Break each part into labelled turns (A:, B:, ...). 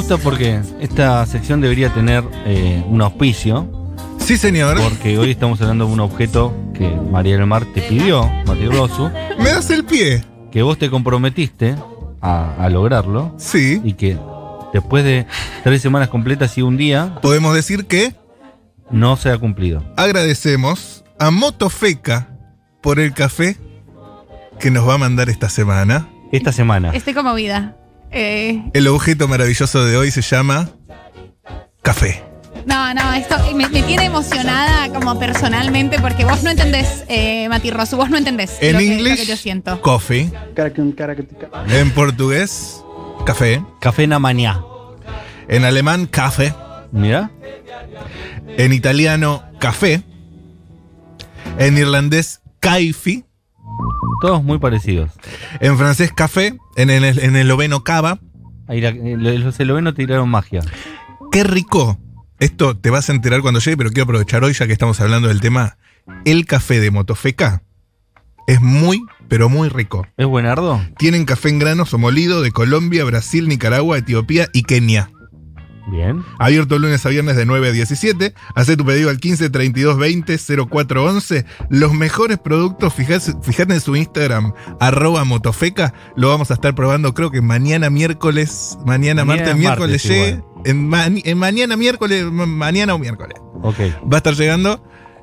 A: esto porque esta sección debería tener eh, un auspicio,
B: Sí, señor.
A: porque hoy estamos hablando de un objeto que María del Mar te pidió, Mati Rosu,
B: Me das el pie.
A: que vos te comprometiste a, a lograrlo
B: Sí.
A: y que después de tres semanas completas y un día
B: Podemos decir que
A: no se ha cumplido.
B: agradecemos a Motofeca por el café que nos va a mandar esta semana.
A: Esta semana.
C: Estoy conmovida. Eh,
B: El objeto maravilloso de hoy se llama café.
C: no, no, esto me, me tiene emocionada como personalmente porque vos no entendés, eh, Mati Rosu, vos no entendés
B: En
C: lo que- lo
B: inglés,
C: que yo siento.
B: coffee. En portugués, café.
A: Café na mañá.
B: En alemán, café.
A: Mirá.
B: En italiano, café. En irlandés, caifi.
A: Todos muy parecidos.
B: En francés, café. En el, en esloveno, cava.
A: Ahí la- eh, los eslovenos tiraron magia.
B: Qué rico. Esto te vas a enterar cuando llegue, pero quiero aprovechar hoy, ya que estamos hablando del tema. El café de Motofeca es muy, pero muy rico.
A: ¿Es buenardo?
B: Tienen café en granos o molido de Colombia, Brasil, Nicaragua, Etiopía y Kenia.
A: Bien.
B: Abierto lunes a viernes de 9 a 17. Hacé tu pedido al 15 32 20 04 11. Los mejores productos, fijás- fijate en su Instagram, arroba motofeca. Lo vamos a estar probando, creo que mañana miércoles.
A: Mañana
B: Mañana, martes,
A: es
B: miércoles
A: martes
B: llegue.
A: igual.
B: En, mani- en mañana miércoles, ma- mañana o miércoles.
A: Ok. bien.
B: Va a estar llegando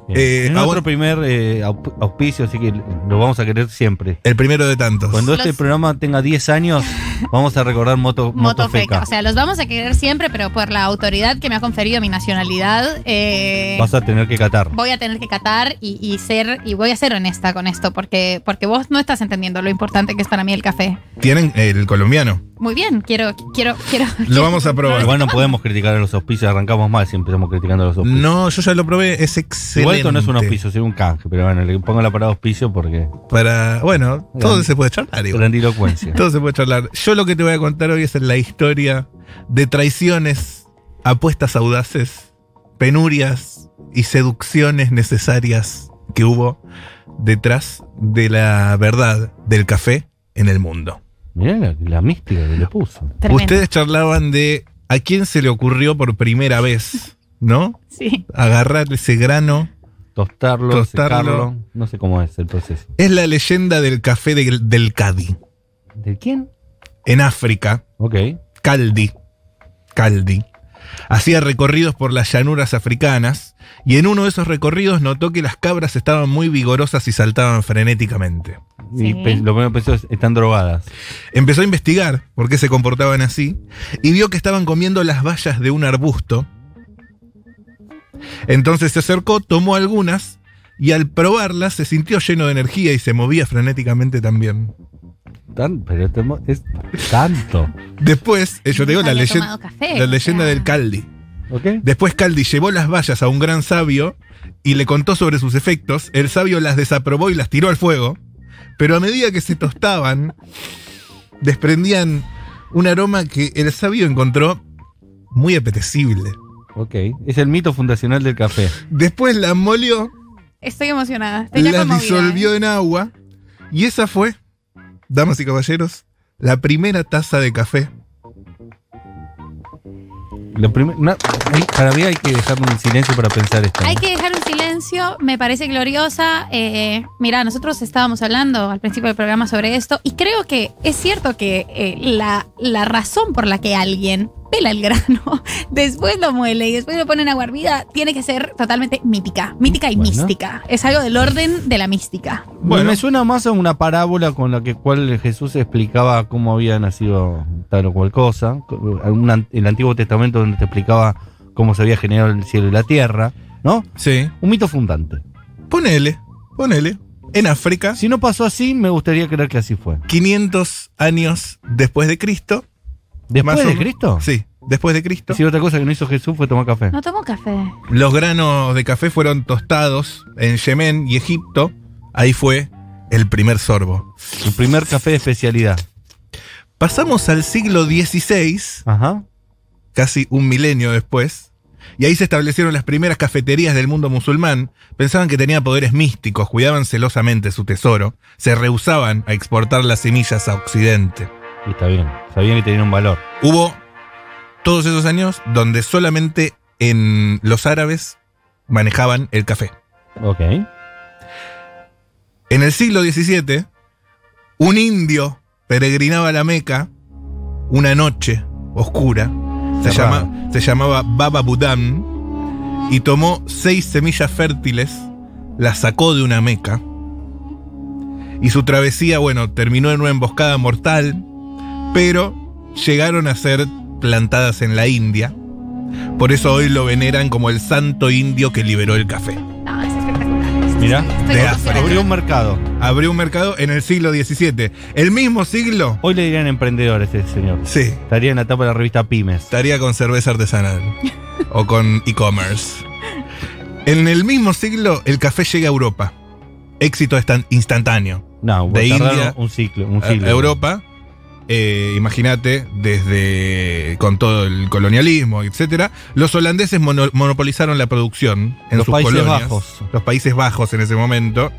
B: Eh,
A: es
B: a
A: nuestro
B: vos-
A: primer eh, au- auspicio, así que lo vamos a querer siempre.
B: el primero de tantos.
A: Cuando este
C: Los-
A: programa tenga 10 años, vamos a recordar Moto,
C: Motofeca.
A: Motofeca.
C: O sea, los vamos a querer siempre, pero por la autoridad que me ha conferido mi nacionalidad, eh,
A: Vas a tener que catar.
C: voy a tener que catar y, y ser y voy a ser honesta con esto, porque, porque vos no estás entendiendo lo importante que es para mí el café.
B: Tienen el colombiano.
C: Muy bien, quiero, quiero, quiero.
B: Lo vamos a probar.
A: Igual no podemos criticar a los auspicios, arrancamos mal si empezamos criticando a los auspicios.
B: No, yo ya lo probé, es excelente.
A: Igual esto no es un auspicio, es un canje, pero bueno, le pongo la palabra auspicio porque
B: Para, bueno, todo se puede charlar igual.
A: grandilocuencia.
B: Todo se puede charlar. Yo lo que te voy a contar hoy es la historia de traiciones, apuestas audaces, penurias y seducciones necesarias que hubo detrás de la verdad del café en el mundo.
A: Mirá la, la mística que le puso.
C: Tremendo.
B: Ustedes charlaban de a quién se le ocurrió por primera vez, ¿no?
C: Sí.
B: Agarrar ese grano.
A: Tostarlo,
B: Tostarlo.
A: secarlo. No sé cómo es el proceso.
B: Es la leyenda del café de- del Cadi.
A: ¿De quién?
B: En África,
A: Ok.
B: Caldi. Caldi. Hacía recorridos por las llanuras africanas y en uno de esos recorridos notó que las cabras estaban muy vigorosas y saltaban frenéticamente.
C: Sí.
A: Y pe- lo primero que pensó es, están drogadas.
B: Empezó a investigar por qué se comportaban así y vio que estaban comiendo las bayas de un arbusto. Entonces se acercó, tomó algunas y al probarlas se sintió lleno de energía y se movía frenéticamente también.
A: Tan- pero este mo- es tanto.
B: Después, eh, yo te digo la,
C: Había
B: leyen-
C: tomado café,
B: la
C: o
B: leyenda
C: sea.
B: del Caldi.
A: ¿Ok?
B: Después Caldi llevó las vallas a un gran sabio y le contó sobre sus efectos. El sabio las desaprobó y las tiró al fuego. Pero a medida que se tostaban, desprendían un aroma que el sabio encontró muy apetecible.
A: Ok. Es el mito fundacional del café.
B: Después la molió,
C: Estoy emocionada. Estoy ya
B: las
C: conmovida,
B: disolvió
C: ¿eh?
B: en agua y esa fue, damas y caballeros, la primera taza de café.
A: Lo primer- una- ahí- para mí hay que dejar un silencio para pensar esto.
C: Hay que dejar un silencio, me parece gloriosa. Eh, mira, nosotros estábamos hablando al principio del programa sobre esto y creo que es cierto que eh, la, la razón por la que alguien pela el grano, después lo muele y después lo pone en agua hervida, tiene que ser totalmente mítica, mítica y
A: Bueno.
C: mística. Es algo del orden de la mística.
A: Bueno,
B: Bueno.
A: me suena más a una parábola con la que cual Jesús explicaba cómo había nacido tal o cual cosa. Un an- el Antiguo Testamento donde te explicaba cómo se había generado el cielo y la tierra, ¿no?
B: Sí.
A: Un mito fundante.
B: Ponele, ponele. En África,
A: Si no pasó así, me gustaría creer que así fue.
B: 500 años después de Cristo.
A: ¿Después
B: Más o
A: de
B: menos.
A: Cristo?
B: Sí, después de Cristo.
A: Si otra cosa que no hizo Jesús fue tomar café.
C: No tomo café.
B: Los granos de café fueron tostados en Yemen y Egipto. Ahí fue el primer sorbo.
A: Su primer café de especialidad.
B: Pasamos al siglo XVI,
A: Ajá.
B: casi un milenio después, y ahí se establecieron las primeras cafeterías del mundo musulmán. Pensaban que tenía poderes místicos, cuidaban celosamente su tesoro, se rehusaban a exportar las semillas a Occidente.
A: Y está bien. Sabían que tenían un valor.
B: Hubo todos esos años donde solamente en los árabes manejaban el café.
A: Ok.
B: En el siglo XVII, un indio peregrinaba a la Meca una noche oscura. Se,
A: Cerrado.
B: llama- se llamaba Baba Budam y tomó seis semillas fértiles, las sacó de una Meca. Y su travesía, bueno, terminó en una emboscada mortal, pero llegaron a ser plantadas en la India. Por eso hoy lo veneran como el santo indio que liberó el café.
C: No, es espectacular. Estoy-
A: Mirá,
C: estoy
B: de
C: emocionada.
B: África.
A: Abrió un mercado.
B: Abrió un mercado en el siglo XVII. El mismo siglo,
A: Hoy le dirían emprendedor a este señor.
B: sí,
A: Estaría en la tapa de la revista Pymes.
B: estaría con cerveza artesanal o con e-commerce. En el mismo siglo, el café llega a Europa. Éxito estan- instantáneo.
A: No,
B: De
A: tardaron
B: India
A: un ciclo, un
B: A-
A: siglo.
B: Europa, eh, imagínate, desde con todo el colonialismo, etcétera, los holandeses mono- monopolizaron la producción en
A: Los
B: sus
A: Países
B: colonias,
A: Bajos.
B: los Países Bajos en ese momento,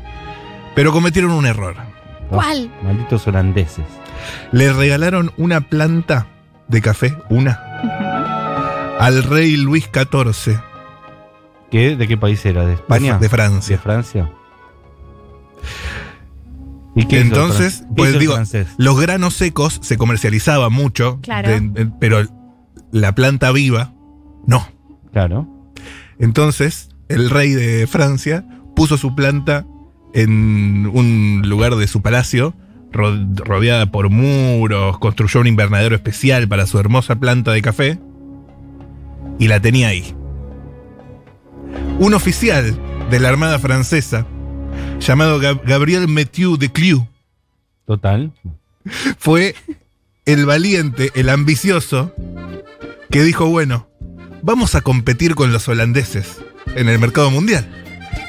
B: pero cometieron un error.
C: ¿Cuál?
A: Malditos holandeses.
B: Le regalaron una planta de café, una,
C: Ujú.
B: al rey Luis XIV
A: ¿Qué? ¿De qué país era? ¿De España?
B: de
A: ¿De
B: Francia.
A: Francia? ¿Y qué hizo el
B: Entonces,
A: fran- qué
B: pues
A: hizo el
B: digo,
A: francés?
B: Los granos secos se comercializaban mucho,
C: Claro.
B: de- de- pero la planta viva, no.
A: Claro.
B: Entonces, el rey de Francia puso su planta en un lugar de su palacio, ro- rodeada por muros, construyó un invernadero especial para su hermosa planta de café y la tenía ahí. Un oficial de la Armada Francesa, llamado Gab- Gabriel Mathieu de Clue,
A: Total.
B: fue el valiente, el ambicioso, que dijo, bueno, vamos a competir con los holandeses en el mercado mundial.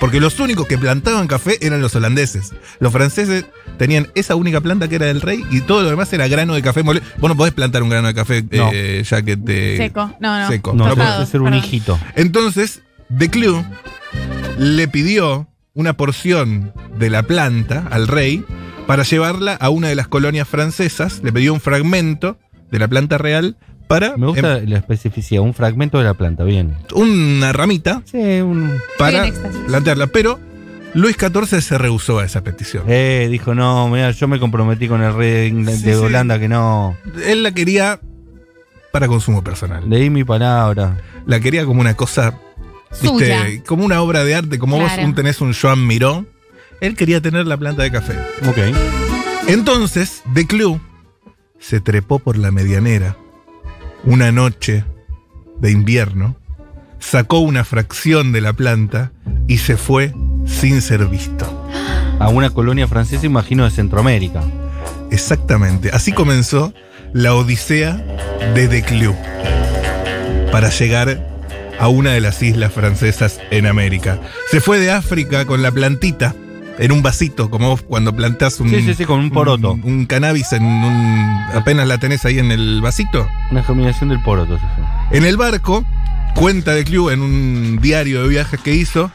B: Porque los únicos que plantaban café eran los holandeses. Los franceses tenían esa única planta que era del rey y todo lo demás era grano de café mole. Vos no podés plantar un grano de café
A: No.
B: eh, ya que te...
C: Seco. No, no.
B: seco.
A: No,
B: No,
A: debe
C: tocado,
A: ser un
C: perdón.
A: hijito.
B: Entonces, De Clue le pidió una porción de la planta al rey para llevarla a una de las colonias francesas. Le pidió un fragmento de la planta real para
A: Me gusta la especificidad, un fragmento de la planta, bien.
B: em, una ramita
A: Sí, un.
C: Estoy en
B: para
C: éxtasis.
B: plantearla. Pero Luis XIV se rehusó a esa petición.
A: Eh, dijo, no, mira, yo me comprometí con el rey de, Ingl-
B: Sí,
A: de
B: sí.
A: Holanda que no.
B: Él la quería para consumo personal.
A: Le di mi palabra.
B: La quería como una cosa,
C: Suya.
B: viste, como una obra de arte, como vos
C: Claro.
B: un- tenés un Joan Miró. Él quería tener la planta de café.
A: Ok.
B: Entonces, De Clue se trepó por la medianera una noche de invierno, sacó una fracción de la planta y se fue sin ser visto.
A: A una colonia francesa, imagino, de Centroamérica.
B: Exactamente. Así comenzó la odisea de De Clue para llegar a una de las islas francesas en América. Se fue de África con la plantita en un vasito, como vos cuando plantás un,
A: Sí, sí, sí, con un poroto.
B: un, un cannabis en un. apenas la tenés ahí en el vasito.
A: Una germinación del poroto. se fue.
B: En el barco, cuenta de Club en un diario de viajes que hizo,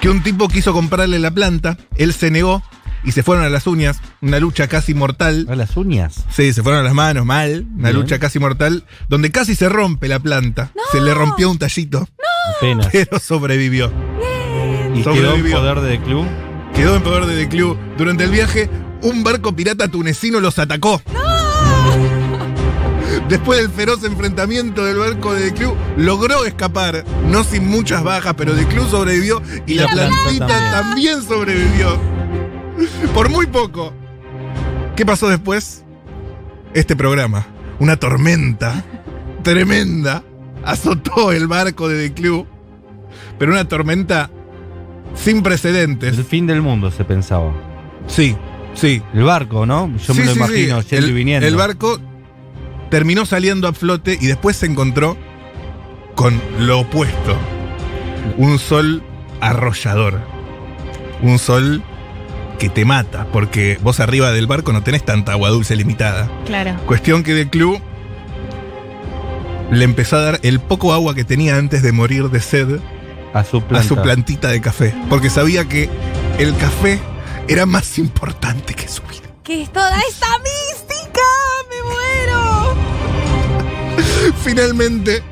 B: que un tipo quiso comprarle la planta, él se negó y se fueron a las uñas, una lucha casi mortal.
A: A Ah, las uñas.
B: Sí, se fueron a las manos mal, una
A: Bien.
B: lucha casi mortal, donde casi se rompe la planta. Se le rompió un tallito,
A: Apenas.
B: pero sobrevivió.
A: Y quedó en
B: Sobrevivió.
A: poder del club.
B: Quedó en poder de The Club. Durante el viaje, un barco pirata tunecino los atacó. Después del feroz enfrentamiento del barco de The Club, logró escapar, no sin muchas bajas, pero The Club sobrevivió y,
A: Y
B: la,
A: la planta
B: plantita también. sobrevivió. Por muy poco. ¿Qué pasó después? Este programa, una tormenta tremenda, azotó el barco de The Club, pero una tormenta sin precedentes.
A: El fin del mundo se pensaba.
B: Sí, sí.
A: El barco, ¿no? Yo
B: Sí,
A: me lo
B: sí,
A: imagino,
B: sí.
A: yendo
B: el,
A: y viniendo.
B: el barco terminó saliendo a flote y después se encontró con lo opuesto. Un sol arrollador. Un sol que te mata, porque vos arriba del barco no tenés tanta agua dulce limitada.
C: Claro.
B: Cuestión que de club le empezó a dar el poco agua que tenía antes de morir de sed
A: a su planta.
B: a su plantita de café, porque sabía que el café era más importante que su vida.
C: ¿Qué es toda esta mística? ¡Me muero!
B: Finalmente,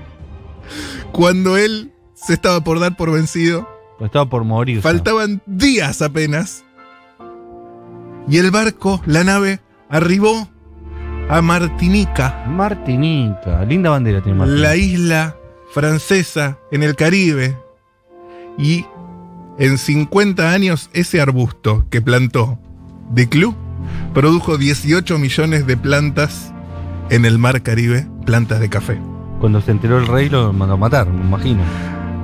B: cuando él se estaba por dar por vencido,
A: Pues Estaba por morir.
B: faltaban días apenas, y el barco, la nave, arribó a Martinica,
A: Martinica. Linda bandera tiene Martinica.
B: la isla francesa en el Caribe, y en 50 años ese arbusto que plantó de Club produjo 18 millones de plantas en el mar Caribe, plantas de café.
A: Cuando se enteró el rey lo mandó a matar, me imagino.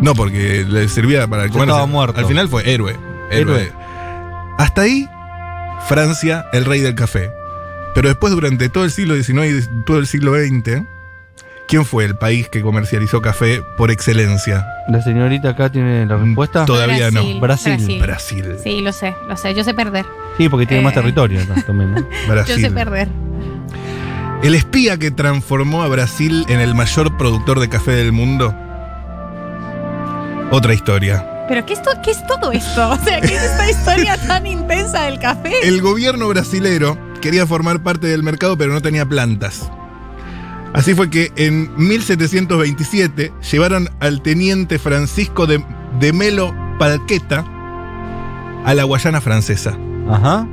B: No, porque le servía para el
A: Ya estaba muerto.
B: Al final fue héroe, héroe.
A: Héroe.
B: Hasta ahí, Francia, el rey del café. Pero después, durante todo el siglo XIX y todo el siglo XX, ¿quién fue el país que comercializó café por excelencia?
A: La señorita acá tiene la respuesta.
B: Todavía
C: Brasil,
B: no.
A: Brasil.
B: Brasil.
C: Sí, lo sé, lo sé. Yo sé perder.
A: Sí, porque tiene más
C: Eh.
A: territorio acá también. ¿no?
B: Brasil.
C: Yo sé perder.
B: El espía que transformó a Brasil en el mayor productor de café del mundo. Otra historia.
C: ¿Pero qué es, to- qué es todo esto? O sea, ¿qué es esta historia tan intensa del café?
B: El gobierno brasilero quería formar parte del mercado, pero no tenía plantas. Así fue que en 1727 llevaron al teniente Francisco de, de Melo Palqueta a la Guayana francesa,
A: Ajá.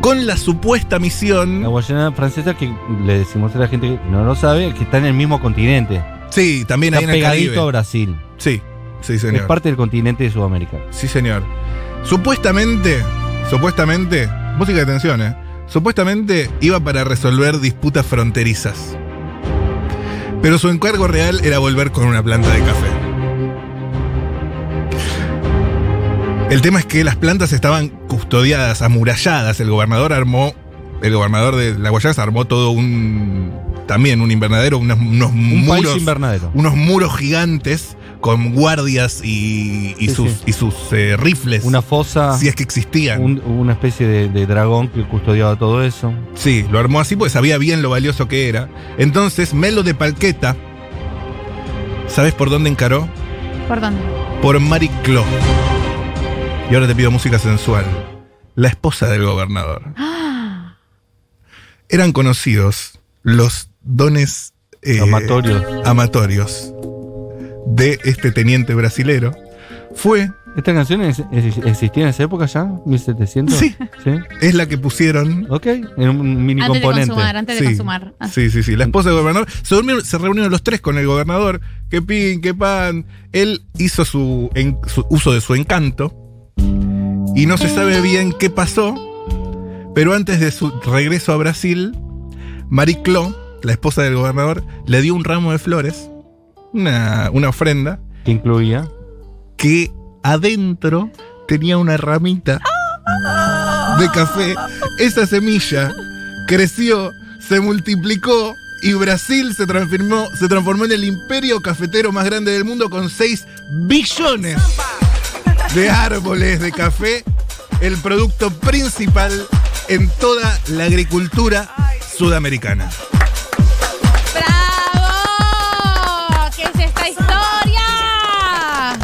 B: con la supuesta
A: La
B: misión...
A: Guayana francesa, que le decimos a la gente que no lo sabe, que está en el mismo continente.
B: Sí, también
A: Está
B: hay en el
A: pegadito a
B: Caribe.
A: Brasil.
B: Sí, sí,
A: Es
B: señor.
A: parte del continente de Sudamérica.
B: Sí, señor. Supuestamente, supuestamente, música de atención, ¿eh? Supuestamente iba para resolver disputas fronterizas. Pero su encargo real era volver con una planta de café. El tema es que las plantas estaban custodiadas, amuralladas. El gobernador armó, el gobernador de la Guayana armó todo un, también un invernadero, unos, unos
A: Un
B: muros
A: país invernadero.
B: unos muros gigantes con guardias y, y
A: Sí,
B: sus,
A: sí.
B: y sus eh, rifles.
A: Una fosa,
B: si es que existían.
A: un- una especie de, de dragón que custodiaba todo eso.
B: Sí, lo armó así porque sabía bien lo valioso que era. Entonces, Melo de Palqueta, ¿sabes por dónde encaró?
C: ¿Por dónde?
B: Por Mary Cló. Y ahora te pido música sensual. La esposa del gobernador.
C: Ah,
B: Eran conocidos los dones eh,
A: Amatorios.
B: amatorios de este teniente brasilero. Fue
A: ¿Esta canción es- es- existía en esa época ya? ¿1700?
B: Sí. es la que pusieron.
A: Ok, en un mini
C: antes de
A: componente.
C: consumar, antes
B: Sí.
C: de consumar. Ah.
B: Sí, sí, sí. La esposa del gobernador. Se, durmieron- se reunieron los tres con el gobernador. Que pin, que pan. Él hizo su, en- su- uso de su encanto. Y no se sabe bien qué pasó. Pero antes de su regreso a Brasil, Marie Cló, la esposa del gobernador, le dio un ramo de flores. Una, una ofrenda.
A: Que incluía.
B: Que adentro tenía una ramita de café. Esa semilla creció, se multiplicó y Brasil se transformó, se transformó en el imperio cafetero más grande del mundo con 6 billones de árboles de café, el producto principal en toda la agricultura sudamericana.
C: ¡Bravo! ¿Qué es esta historia?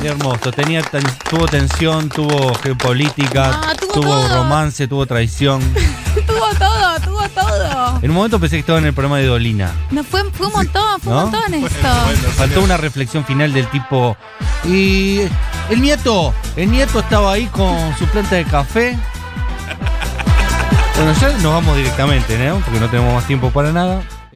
A: Qué hermoso. Tenía tan- tuvo tensión, tuvo geopolítica,
C: Ah, tuvo
A: tuvo,
C: todo.
A: romance, tuvo traición.
C: Tuvo todo, tuvo todo.
A: En un momento pensé que estaba en el programa de Dolina.
C: No, fue, fue un montón, fue
A: ¿No?
C: un montón esto.
A: Faltó una reflexión final del tipo. Y el nieto, el nieto estaba ahí con su planta de café. Bueno, ya nos vamos directamente, ¿no? Porque no tenemos más tiempo para nada.